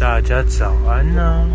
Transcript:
大家早安呢、